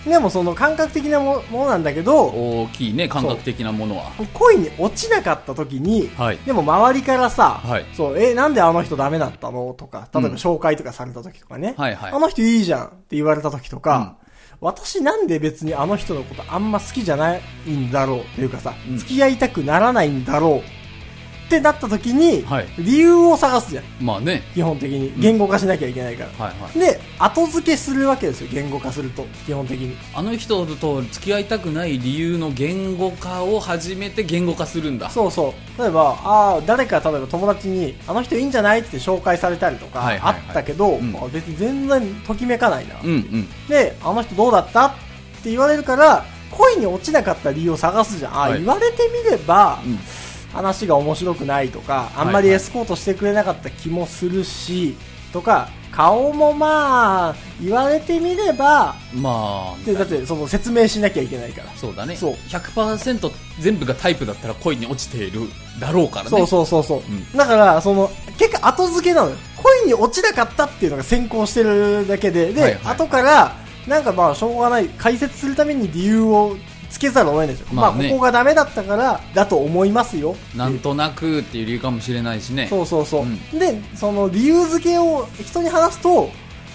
Speaker 2: でもその感覚的なもものなんだけど
Speaker 1: うん、大きいね感覚的なものは
Speaker 2: 恋に落ちなかった時に、
Speaker 1: はい
Speaker 2: でも周りからさ、
Speaker 1: はい
Speaker 2: そう、え、なんであの人ダメだったのとか、例えば
Speaker 1: うん
Speaker 2: 紹介とかされた時とかね、
Speaker 1: はいはい
Speaker 2: あの人いいじゃんって言われた時とか、私なんで別にあの人のことあんま好きじゃないんだろうっていうかさ、
Speaker 1: うん
Speaker 2: 付き合いたくならないんだろうってなった時に、
Speaker 1: はい
Speaker 2: 理由を探すじゃん。
Speaker 1: まあね
Speaker 2: 基本的に。言語化しなきゃいけないから。
Speaker 1: はいはい
Speaker 2: で、後付けするわけですよ、言語化すると。基本的に。
Speaker 1: あの人と付き合いたくない理由の言語化を始めて言語化するんだ
Speaker 2: そうそう。例えば、ああ、誰か、例えば友達に、あの人いいんじゃないって紹介されたりとか、
Speaker 1: はいはいはい
Speaker 2: あったけど、
Speaker 1: うん
Speaker 2: あ別に全然ときめかないな。
Speaker 1: うんうん
Speaker 2: で、あの人どうだったって言われるから、恋に落ちなかった理由を探すじゃん。ああ、
Speaker 1: はい
Speaker 2: 言われてみれば、
Speaker 1: うん
Speaker 2: 話が面白くないとか、あんまりエスコートしてくれなかった気もするし、とか、顔もまあ、言われてみれば、
Speaker 1: まあ
Speaker 2: でだってその説明しなきゃいけないから。
Speaker 1: そうだね
Speaker 2: そう
Speaker 1: 100%全部がタイプだったら恋に落ちているだろうからね
Speaker 2: そうそうそうそう、
Speaker 1: う
Speaker 2: だからその結果後付けなのよ恋に落ちなかったっていうのが先行してるだけでで、
Speaker 1: はいはい
Speaker 2: 後からなんかまあしょうがない解説するために理由をつけざるを得ないでしょ、ま
Speaker 1: ま
Speaker 2: あ
Speaker 1: あね
Speaker 2: ここがダメだったからだと思いますよ
Speaker 1: なんとなくっていう理由かもしれないしね
Speaker 2: そうそうそう、
Speaker 1: うん
Speaker 2: でその理由付けを人に話すと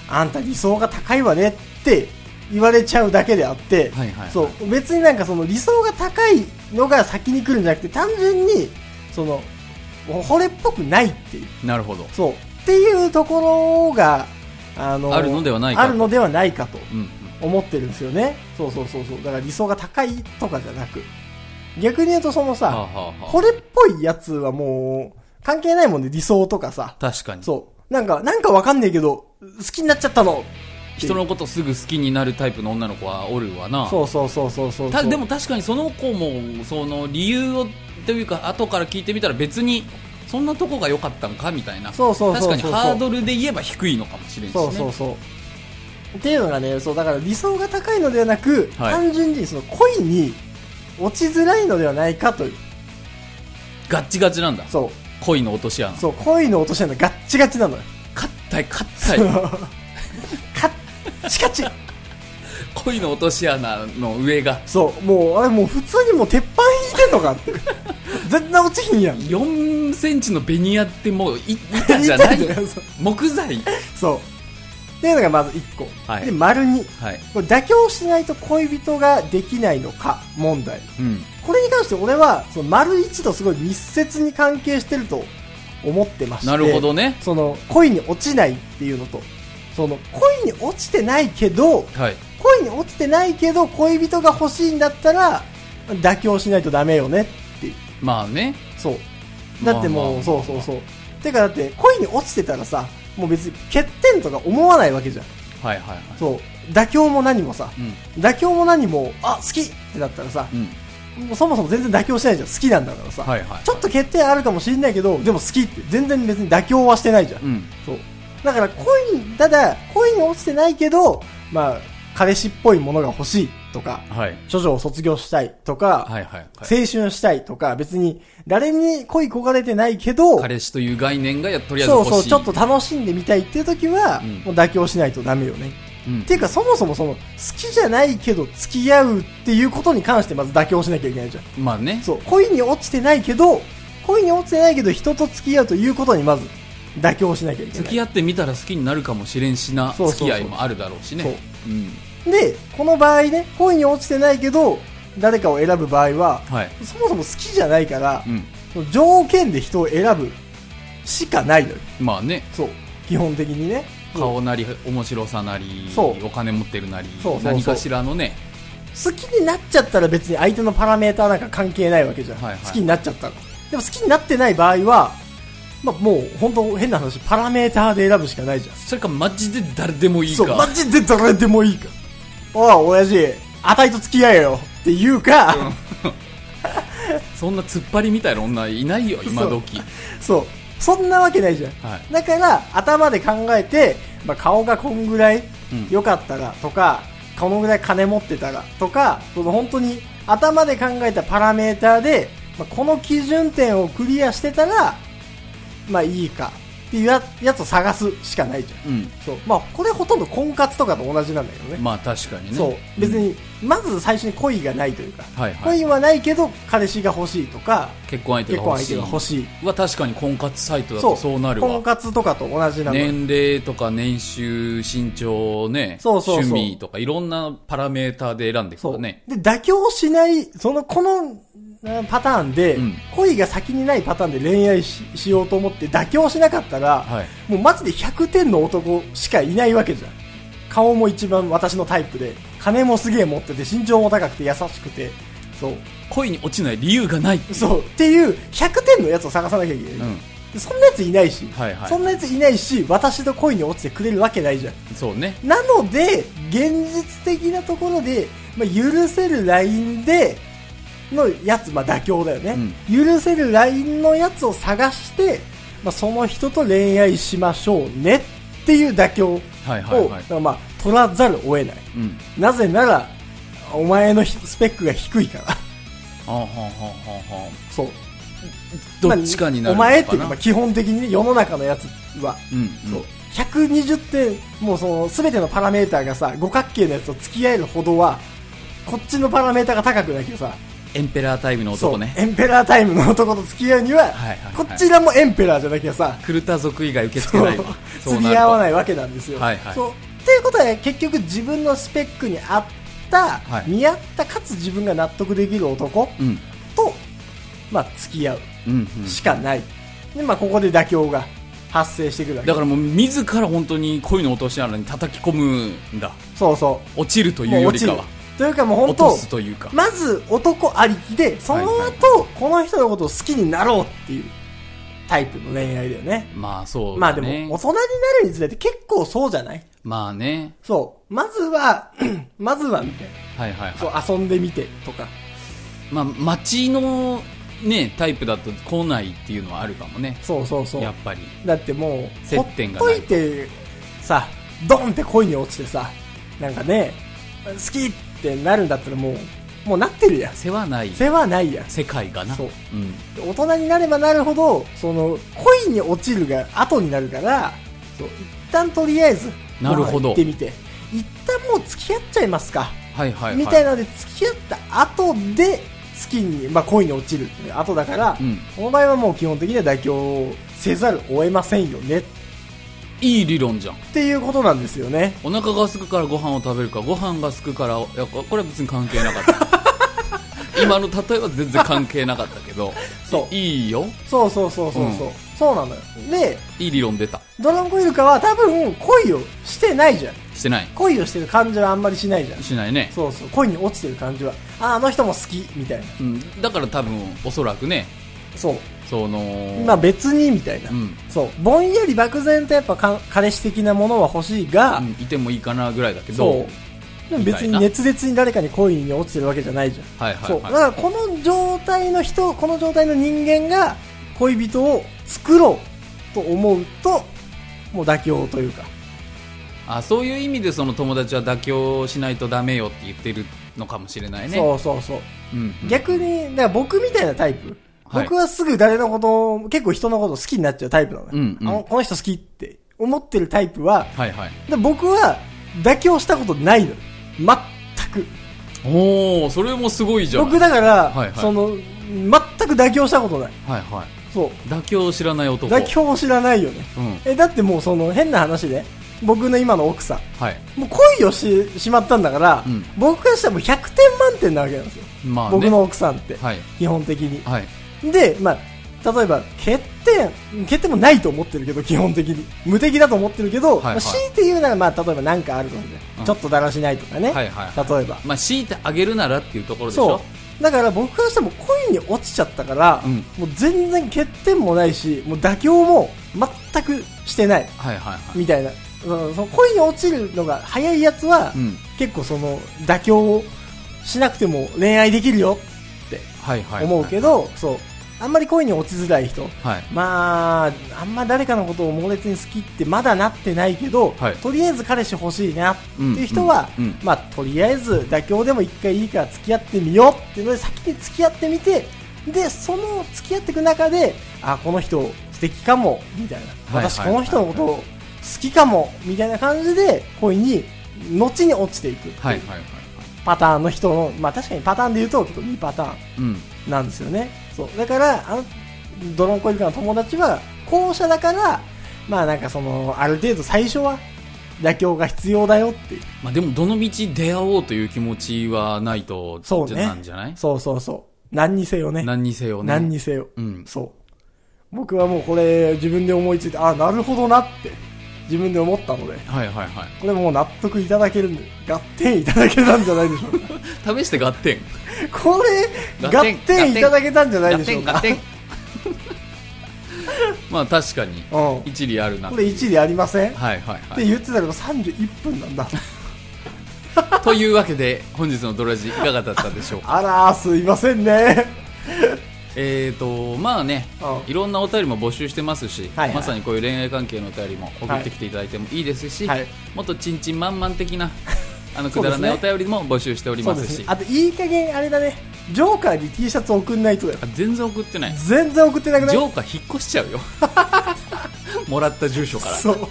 Speaker 2: あんた理想が高いわねって言われちゃうだけであって、
Speaker 1: はいはいはい
Speaker 2: そう別になんかその理想が高いのが先に来るんじゃなくて単純にその惚れっぽくないっていう
Speaker 1: なるほど
Speaker 2: そうっていうところがあの
Speaker 1: あるのではないかと
Speaker 2: あるのではないかと
Speaker 1: うんうん
Speaker 2: 思ってるんですよねそうそうそうそうだから理想が高いとかじゃなく逆に言うとその
Speaker 1: はあ
Speaker 2: さ、
Speaker 1: はあは
Speaker 2: これっぽいやつはもう、関係ないもんで、理想とかさ。
Speaker 1: あ確かに
Speaker 2: そう。なんか、なんかわかんねえけど、好きになっちゃったの
Speaker 1: 人のことすぐ好きになるタイプの女の子はおるわな
Speaker 2: そうそうそうそうそう。
Speaker 1: たでも、確かにその子もその理由をというか後から聞いてみたら別にそんなとこが良かったんかみたいな
Speaker 2: そうそうそうそう
Speaker 1: 確かにハードルで言えば低いのかもしれんしね
Speaker 2: そうそう
Speaker 1: そ
Speaker 2: そう。っていうのがね、そう、だから理想が高いのではなく、
Speaker 1: はい
Speaker 2: 単純にその恋に落ちづらいのではないかという。
Speaker 1: うガッチガチなんだ
Speaker 2: そ
Speaker 1: 恋の落とし穴
Speaker 2: う。そう、恋の落とし穴ガッチガチなのよ。
Speaker 1: 硬い硬い
Speaker 2: カッチカチ
Speaker 1: 恋の落とし穴の上が
Speaker 2: そう、もう、あれもう普通にもう鉄板引いてんのか って。全然落ちひんやん。
Speaker 1: 4センチのベニヤってもうい板じゃない
Speaker 2: 板だよそう
Speaker 1: 木材
Speaker 2: そう。っていうのがまず1個。
Speaker 1: はい
Speaker 2: で、丸2。
Speaker 1: はい、
Speaker 2: これ妥協しないと恋人ができないのか問題。
Speaker 1: うん、
Speaker 2: これに関して俺は、その丸1とすごい密接に関係してると思ってまして。
Speaker 1: なるほどね
Speaker 2: その、恋に落ちないっていうのと、その、恋に落ちてないけど、
Speaker 1: はい
Speaker 2: 恋に落ちてないけど恋人が欲しいんだったら、妥協しないとダメよねっていう。
Speaker 1: まあね
Speaker 2: そう。だってもう、
Speaker 1: まあまあ
Speaker 2: そうそうそう。てかだって、恋に落ちてたらさ、もう別に欠点とか思わないわけじゃん。
Speaker 1: はいはいはい
Speaker 2: そう。妥協も何もさ、
Speaker 1: うん
Speaker 2: 妥協も何も、あ、好きってなったらさ、
Speaker 1: うん
Speaker 2: もうそもそも全然妥協してないじゃん。好きなんだからさ。
Speaker 1: はいはい
Speaker 2: ちょっと欠点あるかもしれないけど、でも好きって全然別に妥協はしてないじゃん。
Speaker 1: うん
Speaker 2: そう。だから恋に、ただ、恋に落ちてないけど、まあ、彼氏っぽいものが欲しいとか、
Speaker 1: はい
Speaker 2: 処女を卒業したいとか、
Speaker 1: はいはいはい
Speaker 2: 青春したいとか、別に誰に恋焦がれてないけど、
Speaker 1: 彼氏という概念がやとりあえず
Speaker 2: そう
Speaker 1: 欲しい
Speaker 2: そう、ちょっと楽しんでみたいっていう時は、
Speaker 1: うん
Speaker 2: もう妥協しないとダメよね。
Speaker 1: うん
Speaker 2: っていうか、そもそもその、好きじゃないけど付き合うっていうことに関してまず妥協しなきゃいけないじゃん。
Speaker 1: まあね
Speaker 2: そう、恋に落ちてないけど、恋に落ちてないけど人と付き合うということにまず妥協しなきゃいけない。
Speaker 1: 付き合ってみたら好きになるかもしれんしな
Speaker 2: そうそう
Speaker 1: 付
Speaker 2: そう
Speaker 1: き合いもあるだろうしね
Speaker 2: そう
Speaker 1: うん
Speaker 2: で、この場合ね、恋に落ちてないけど、誰かを選ぶ場合は、
Speaker 1: はい
Speaker 2: そもそも好きじゃないから
Speaker 1: う、ん
Speaker 2: 条件で人を選ぶしかないのよ。
Speaker 1: まあね
Speaker 2: そう。基本的にね。
Speaker 1: 顔なり面白さなり
Speaker 2: そう
Speaker 1: お金持ってるなり
Speaker 2: そうそうそう
Speaker 1: 何かしらのね
Speaker 2: 好きになっちゃったら別に相手のパラメーターなんか関係ないわけじゃん。
Speaker 1: はいはい
Speaker 2: 好きになっちゃったら。でも好きになってない場合は、まあ、もう本当変な話、パラメーターで選ぶしかないじゃん。
Speaker 1: それかマジで誰でもいい
Speaker 2: そう、マ
Speaker 1: か
Speaker 2: ジで誰でもいいか。おい、親父、あたいと付き合えよって言うか、
Speaker 1: そんな突っ張りみたいな女いないよ今時
Speaker 2: そう。そんなわけないじゃん。
Speaker 1: はい
Speaker 2: だから、頭で考えて、まあ、顔がこんぐらい
Speaker 1: うん
Speaker 2: 良かったらとか、このぐらい金持ってたらとか、その本当に頭で考えたパラメーターで、まあ、この基準点をクリアしてたら、まあいいかっていうややつを探すしかないじゃん。
Speaker 1: うん
Speaker 2: そう。まあ、これほとんど婚活とかと同じなんだけどね。
Speaker 1: まあ確かにね
Speaker 2: そう。別に、まず最初に恋がないというか、
Speaker 1: はいはい
Speaker 2: 恋はないけど、彼氏が欲しいとか、
Speaker 1: 結婚相手
Speaker 2: 結
Speaker 1: が
Speaker 2: 婚
Speaker 1: 欲
Speaker 2: 相
Speaker 1: し
Speaker 2: 手
Speaker 1: い
Speaker 2: が欲しい。
Speaker 1: は確かに婚活サイトだとそうなる
Speaker 2: 婚
Speaker 1: わ
Speaker 2: 活とかと同じなのよ。
Speaker 1: 年齢とか年収身長ね
Speaker 2: そうそうそう
Speaker 1: 趣味とかいろんなパラメーターで選んでいくか
Speaker 2: そ
Speaker 1: ら
Speaker 2: う。
Speaker 1: ね
Speaker 2: で、妥協しない、その、この、あパターンで、
Speaker 1: うん
Speaker 2: 恋が先にないパターンで恋愛ししようと思って妥協しなかったら、
Speaker 1: はい
Speaker 2: もうマジで100点の男しかいないわけじゃん。顔も一番私のタイプで、金もすげえ持ってて、身長も高くて優しくて、そう。
Speaker 1: 恋に落ちない理由がない
Speaker 2: そう。っていう、100点のやつを探さなきゃいけない。
Speaker 1: うん
Speaker 2: でそんなやついないし、
Speaker 1: はいはい
Speaker 2: そんなやついないし、私と恋に落ちてくれるわけないじゃん。
Speaker 1: そうね
Speaker 2: なので、現実的なところで、まあ、許せるラインで、のやつ、まあ、妥協だよね。許せるラインのやつを探して、まあ、その人と恋愛しましょうねっていう妥協を、
Speaker 1: はいはいはい
Speaker 2: だからまあ、取らざるを得ない。
Speaker 1: うん
Speaker 2: なぜなら、お前のひスペックが低いから。
Speaker 1: はあはあはあはあはあ
Speaker 2: そう。
Speaker 1: どっちかになる
Speaker 2: まあお前っ
Speaker 1: の
Speaker 2: ていう
Speaker 1: か
Speaker 2: か、
Speaker 1: な
Speaker 2: まあ、基本的にね世の中のやつは。
Speaker 1: うんう
Speaker 2: そうん120点、もうその全てのパラメーターがさ、五角形のやつと付き合えるほどは、こっちのパラメーターが高くなきゃさ、
Speaker 1: エンペラータイムの
Speaker 2: そ
Speaker 1: 男
Speaker 2: う、
Speaker 1: ね
Speaker 2: エンペラータイムの男と付き合うには、
Speaker 1: はいはい
Speaker 2: こちらもエンペラーじゃなきゃさ、
Speaker 1: クルタ族以外受け付
Speaker 2: そ
Speaker 1: け
Speaker 2: う
Speaker 1: ないわそう
Speaker 2: 釣
Speaker 1: なる
Speaker 2: り
Speaker 1: と
Speaker 2: 合わないわけなんですよ。
Speaker 1: はいはい
Speaker 2: そうっていうことは、結局自分のスペックに合った、
Speaker 1: はい
Speaker 2: 見合った、かつ自分が納得できる男
Speaker 1: うん
Speaker 2: と、まあ、付き合う
Speaker 1: うんうん
Speaker 2: しかない。で、まあ、ここで妥協が発生してくるわけ。
Speaker 1: だからもう自ら本当に恋の落とし穴に叩き込むんだ
Speaker 2: そうそう。
Speaker 1: 落ちるというよりか
Speaker 2: もう
Speaker 1: は
Speaker 2: 落ちるというかもう本
Speaker 1: 落と
Speaker 2: 当
Speaker 1: すというか
Speaker 2: まず男ありきでその後、
Speaker 1: はいはい
Speaker 2: この人のことを好きになろうっていうタイプの恋愛だよね
Speaker 1: まあそう
Speaker 2: まあ
Speaker 1: だ
Speaker 2: でも
Speaker 1: ね
Speaker 2: 大人になるにつれて結構そうじゃない
Speaker 1: まあね
Speaker 2: そうまずは まずはみたい
Speaker 1: はいはいはい
Speaker 2: なそう遊んでみてとか
Speaker 1: まあ、街の、ね、タイプだと来ないっていうのはあるかもね、
Speaker 2: そうそうそう
Speaker 1: やっぱり。
Speaker 2: だってもう
Speaker 1: 接点が
Speaker 2: ほ
Speaker 1: な
Speaker 2: っ
Speaker 1: い
Speaker 2: といてさドンって恋に落ちてさなんかね好きってなるんだったらもうもうなってるやん
Speaker 1: 世話ない
Speaker 2: 世話ないやん
Speaker 1: 世界がな。
Speaker 2: そうん大人になればなるほど、その、恋に落ちるが後になるから、そう、一旦とりあえず、
Speaker 1: なるほ
Speaker 2: ご
Speaker 1: ど
Speaker 2: 飯行ってみて、一旦もう付き合っちゃいますか。
Speaker 1: はいはいはい。
Speaker 2: みたいなので、付き合った後で、好きに、まあ恋に落ちるっていう後だから、
Speaker 1: うん
Speaker 2: この場合はもう基本的には妥協せざるを得ませんよねっ
Speaker 1: いい理論じゃん。
Speaker 2: ていうことなんですよね。
Speaker 1: お腹が空くからご飯を食べるか、ご飯が空くから、いやここれは別に関係な かった。今の例えは全然関係なかったけど、
Speaker 2: そう
Speaker 1: いいよ。
Speaker 2: そうそうそうそうそう。そうなのよ。で、
Speaker 1: いい理論出た。
Speaker 2: ドラゴンイルカは多分恋をしてないじゃん。
Speaker 1: してない。
Speaker 2: 恋をしてる感じはあんまりしないじゃん。
Speaker 1: しないね。
Speaker 2: そうそう、恋に落ちてる感じは、あ、あの人も好き、みたいな。
Speaker 1: うん、だから多分、おそらくね、
Speaker 2: そう。
Speaker 1: その、
Speaker 2: まあ別に、みたいな。
Speaker 1: うん
Speaker 2: そう。ぼんやり漠然とやっぱか彼氏的なものは欲しいが、
Speaker 1: うんいてもいいかなぐらいだけ
Speaker 2: そ
Speaker 1: ど、
Speaker 2: う。でも別
Speaker 1: 意外
Speaker 2: に
Speaker 1: な
Speaker 2: 熱烈に誰かに恋に落ちてるわけじゃないじゃん。
Speaker 1: はいはいはい
Speaker 2: そう。だからこの状態の人、この状態の人間が恋人を作ろうと思うと、もう妥協というか。
Speaker 1: あそういう意味でその友達は妥協しないとダメよって言ってるのかもしれないね
Speaker 2: そうそうそう。
Speaker 1: うんうん、
Speaker 2: 逆に、だから僕みたいなタイプ。
Speaker 1: はい
Speaker 2: 僕はすぐ誰のことを、結構人のこと好きになっちゃうタイプなのよ、
Speaker 1: うんうん
Speaker 2: あのこの人好きって思ってるタイプは、
Speaker 1: はいはい
Speaker 2: で僕は妥協したことないのよ。全く。
Speaker 1: おおそれもすごいじゃん
Speaker 2: 僕だから、
Speaker 1: はいはい
Speaker 2: その、全く妥協したことない。
Speaker 1: はいはい
Speaker 2: そう。
Speaker 1: 妥協を知らない男
Speaker 2: 妥協を知らないよね。
Speaker 1: うん
Speaker 2: え、だってもうその変な話で、僕の今の奥さん。
Speaker 1: はい
Speaker 2: もう恋をしてしまったんだから、
Speaker 1: うん
Speaker 2: 僕からしたらもう100点満点なわけなんですよ。
Speaker 1: まあね
Speaker 2: 僕の奥さんって。
Speaker 1: はい
Speaker 2: 基本的に。
Speaker 1: はい
Speaker 2: で、まあ、例えば、欠点、欠点もないと思ってるけど、基本的に。無敵だと思ってるけど、
Speaker 1: はいはい
Speaker 2: まあ強いて言うなら、まあ、例えば何かあるとかね、
Speaker 1: うん
Speaker 2: ちょっとだらしないとかね。
Speaker 1: はいはい
Speaker 2: 例えば。
Speaker 1: まあ、強いてあげるならっていうところでしょ
Speaker 2: そう。だから僕からしても恋に落ちちゃったから、
Speaker 1: うん
Speaker 2: もう全然欠点もないし、もう妥協も全くしてない。
Speaker 1: はいはいはい
Speaker 2: みたいな。そのその恋に落ちるのが早いやつは、
Speaker 1: うん
Speaker 2: 結構その妥協をしなくても恋愛できるよって
Speaker 1: はいはいはい
Speaker 2: 思うけど、そう。あんまり恋に落ちづらい人。
Speaker 1: はい
Speaker 2: まあ、あんま誰かのことを猛烈に好きってまだなってないけど、
Speaker 1: はい
Speaker 2: とりあえず彼氏欲しいなっていう人は、
Speaker 1: うんうんうん
Speaker 2: まあ、とりあえず妥協でも一回いいから付き合ってみようっていうので先に付き合ってみて、で、その付き合っていく中で、あ、この人素敵かも、みたいな。
Speaker 1: はいはい
Speaker 2: 私この人のことを好きかも、みたいな感じで恋に、後に落ちていくっていう
Speaker 1: はいはいはいはい
Speaker 2: パターンの人の、まあ確かにパターンで言うと結構いいパターン。
Speaker 1: うん
Speaker 2: なんですよね。そう。だから、あの、ドロンコイルカの友達は、後者だから、まあなんかその、ある程度最初は、妥協が必要だよっていう。
Speaker 1: まあ、でもどの道出会おうという気持ちはないと
Speaker 2: そう
Speaker 1: じ
Speaker 2: ね
Speaker 1: ゃなんじゃない
Speaker 2: そうそうそう。何にせよね。
Speaker 1: 何にせよね
Speaker 2: 何にせよ。
Speaker 1: うん
Speaker 2: そう。僕はもうこれ、自分で思いついて、あ、なるほどなって、自分で思ったので、
Speaker 1: はいはいはい
Speaker 2: これもう納得いただけるんで、合点いただけたんじゃないでしょ うか。
Speaker 1: 試して合点
Speaker 2: これ、合
Speaker 1: 合点
Speaker 2: 点いただけたんじゃない
Speaker 1: 合
Speaker 2: でしょ
Speaker 1: 点
Speaker 2: う
Speaker 1: 合
Speaker 2: か。
Speaker 1: 点 まあ確かに
Speaker 2: うん。
Speaker 1: 一理あるな
Speaker 2: これ1でありません、
Speaker 1: はいはいは
Speaker 2: って
Speaker 1: い
Speaker 2: 言ってたけど31分なんだ。
Speaker 1: というわけで本日のドラジいかがだった でしょうか
Speaker 2: あらー、すいませんね。
Speaker 1: えーとまあね
Speaker 2: うん
Speaker 1: いろんなお便りも募集してますし、
Speaker 2: はいはい
Speaker 1: まさにこういう恋愛関係のお便りも送ってきていただいてもいいですし、
Speaker 2: はい
Speaker 1: もっとちんちんまんまん的 なあの
Speaker 2: そう
Speaker 1: く
Speaker 2: で
Speaker 1: だ
Speaker 2: す
Speaker 1: ら
Speaker 2: ね
Speaker 1: ないお便りも募集しており
Speaker 2: そ
Speaker 1: ま
Speaker 2: うですす
Speaker 1: し
Speaker 2: ね。あと、いい加減、あれだね。ジョーカーに T シャツ送んないとだよ。
Speaker 1: あ全然送ってないジ
Speaker 2: 全然送ってなくない
Speaker 1: ョーカー引っ越しちゃうよ もらった住所から
Speaker 2: そう。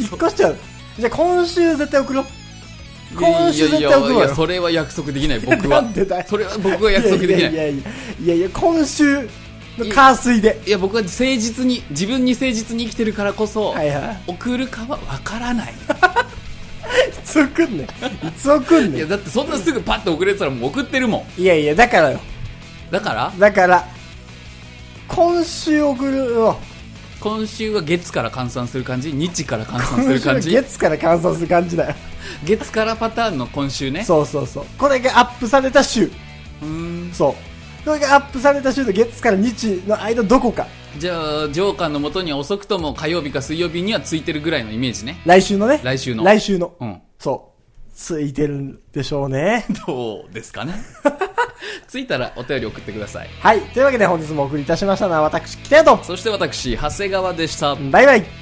Speaker 2: 引っ越しちゃう。じゃあ、今週絶対送ろう。今週
Speaker 1: いや
Speaker 2: 絶
Speaker 1: いや
Speaker 2: 対送
Speaker 1: い
Speaker 2: ろう
Speaker 1: や
Speaker 2: よ。
Speaker 1: それは約束できない僕 は
Speaker 2: なんでだよ
Speaker 1: それは僕は約束できないいや
Speaker 2: いやいやいやいやいや、今週の火水で。
Speaker 1: 僕は誠実に自分に誠実に生きてるからこそ、
Speaker 2: はいはい。
Speaker 1: 送るかは分からない
Speaker 2: いつ送んねん。いつ送ん
Speaker 1: い
Speaker 2: ね
Speaker 1: や
Speaker 2: ん。
Speaker 1: だってそんなすぐパッと送れてたらもう送ってるもん
Speaker 2: いやいや、だからよ。
Speaker 1: だから
Speaker 2: だから、今週送るよ。
Speaker 1: 今週は月から換算する感じ日から換算す
Speaker 2: 今
Speaker 1: る
Speaker 2: 週は
Speaker 1: 感じ月
Speaker 2: 月から換算する感じだよ。
Speaker 1: からパターンの今週ね
Speaker 2: そうそうそう。これがアップされた週。
Speaker 1: うーん
Speaker 2: そう。これがアップされた週と月から日の間どこか。
Speaker 1: じゃあジョーカーのもとには遅くとも火曜日か水曜日にはついてるぐらいのイメージね
Speaker 2: 来週のね。
Speaker 1: 来週の
Speaker 2: 来週の。
Speaker 1: うん
Speaker 2: そう。ついてるんでしょうね。
Speaker 1: どうですかね ついたらお便り送ってください
Speaker 2: はい。というわけで本日もお送りいたしましたのは私、北谷と。
Speaker 1: そして私長谷川でした
Speaker 2: バイバイ。